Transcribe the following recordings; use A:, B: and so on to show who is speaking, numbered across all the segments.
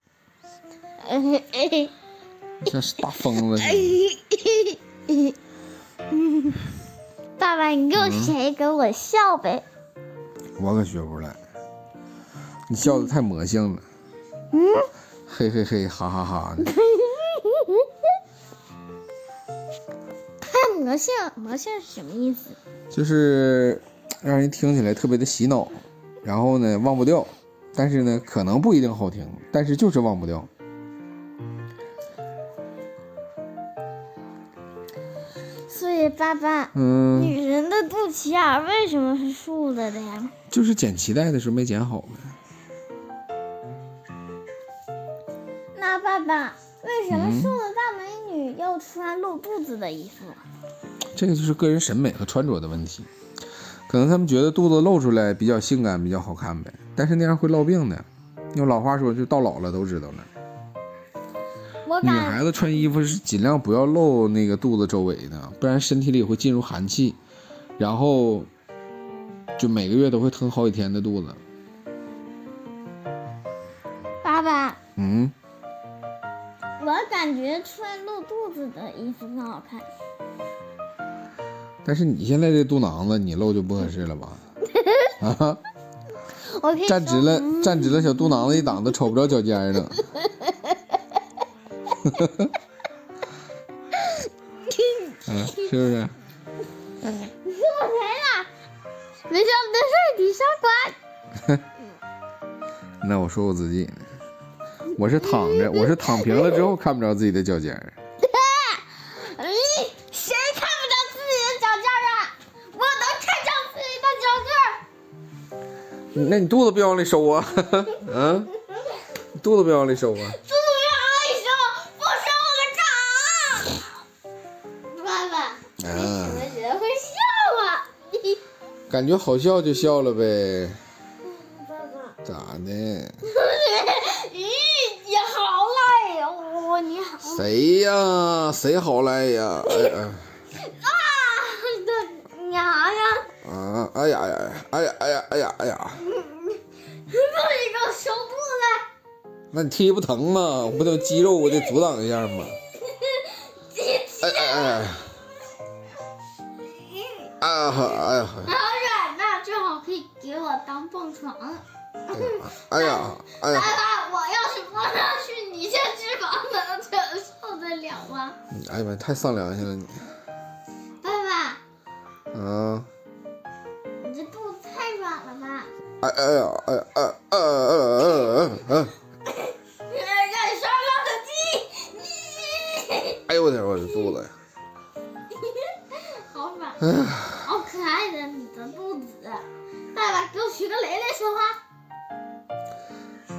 A: 你这是大疯子！
B: 爸爸，你给
A: 嗯
B: 我写一个，我笑呗。
A: 我可学不出来，你笑的太魔性了。嗯，嘿嘿嘿，哈哈哈的。
B: 太魔性，魔性是什么意思？
A: 就是让人听起来特别的洗脑，然后呢忘不掉，但是呢可能不一定好听，但是就是忘不掉。
B: 所以爸爸，
A: 嗯，
B: 女人的肚脐眼儿为什么是竖着的呀？
A: 就是剪脐带的时候没剪好呗，
B: 那爸爸，为什么
A: 嗯
B: 竖着大美女要穿露肚子的衣服？啊
A: 这个就是个人审美和穿着的问题，可能他们觉得肚子露出来比较性感，比较好看呗，但是那样会落病的。用老话说，就到老了都知道了。
B: 我
A: 女
B: 感
A: 孩子穿衣服是尽量不要露那个肚子周围的，不然身体里会进入寒气，然后就每个月都会疼好几天的肚子。
B: 爸爸，
A: 嗯，
B: 我感觉穿露肚子的衣服更好看。
A: 但是你现在这肚囊子，你露就不合适了吧？啊，
B: 我可以
A: 站直了，站直了，小肚囊子一挡都瞅不着脚尖儿了。嗯，是不是？
B: 我赔了，没事没事，你上管。
A: 那我说我自己呢，我是躺着，我是躺平了之后看不着自己的脚尖儿。
B: 咦，谁看不着自己的脚尖儿啊？我能看着自己的脚尖儿。
A: 那你肚子别往里收啊！嗯，你肚子别往里收啊！
B: 猪让我一说，不说我们长。爸爸，
A: 啊
B: 你，们学会笑啊？
A: 感觉好笑就笑了呗，
B: 爸爸，
A: 咋的？
B: 咦，你好赖呀！我你好
A: 谁呀？谁好赖呀？哎呀！
B: 啊，这你好呀？
A: 啊！哎呀呀！哎呀！哎呀！哎呀！哎呀！
B: 你不许给我收肚子！
A: 那你踢不疼吗？我不得肌肉，我得阻挡一下吗？哎哎哎！啊哈！哎呀！
B: 好软呐，正好可以给我当蹦床。
A: 哎呀！
B: 爸
A: 哎呀！
B: 爸，我要是放上去，你这脂肪能承受得了吗？
A: 哎呀妈！太丧良心了你！
B: 爸爸，
A: 啊！
B: 你这肚子太软了吧？
A: 哎哎呀！哎呀！哎呀！哎呀！哎呀！
B: 染上了的
A: 哎呦我天！我这肚子呀！
B: 鸡，好软，好可爱的你的肚子。爸爸，给我学个蕾蕾说话。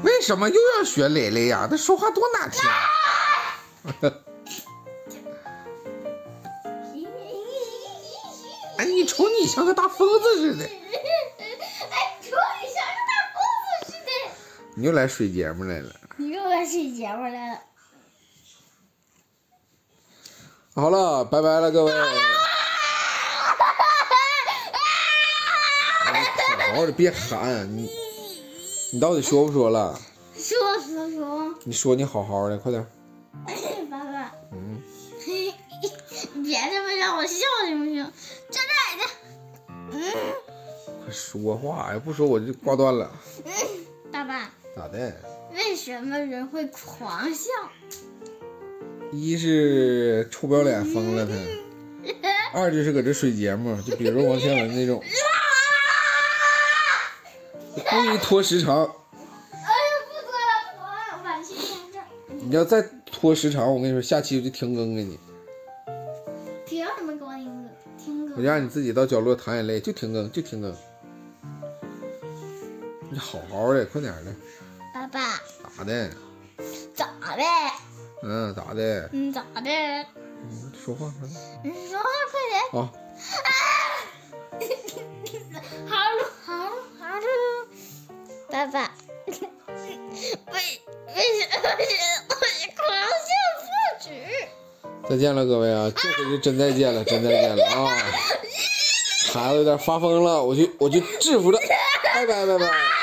A: 为什么又要学蕾蕾呀？她说话多难听！哎，你瞅你像个大疯子似的，
B: 哎，瞅你像个大疯子似的。
A: 你又来水节目来了。
B: 你又来睡节目来了。
A: 好了，拜拜了，各位。好好的，别喊你，你到底说不说了？
B: 说说说，
A: 你说你好好的，快点。
B: 爸爸，
A: 嗯，
B: 你别这么让我笑行不行？真的，
A: 快说话呀，不说我就挂断了。
B: 嗯，爸爸，
A: 咋的？
B: 为什么人会狂笑？
A: 一是臭不要脸疯了他，二就是搁这水节目，就比如王千文那种，故意拖时长。
B: 哎呀，不说了，我晚去听这儿。
A: 你要再拖时长，我跟你说，下期我就停更给你，
B: 凭什么给我听歌？听
A: 我
B: 歌？
A: 就让你自己到角落淌眼泪，就停更，就停更。你好好的，快点儿的，
B: 爸爸，
A: 咋的？
B: 咋的？
A: 嗯，咋的？
B: 嗯，咋的？
A: 嗯说话快点
B: 你说话快
A: 啊！
B: 点！好噜好噜好噜！爸爸，为为什么人会狂笑不止？
A: 再见了，各位啊！这回是真再见了，真再见了啊！孩子有点发疯了，我去，我去制服他，拜拜，拜拜。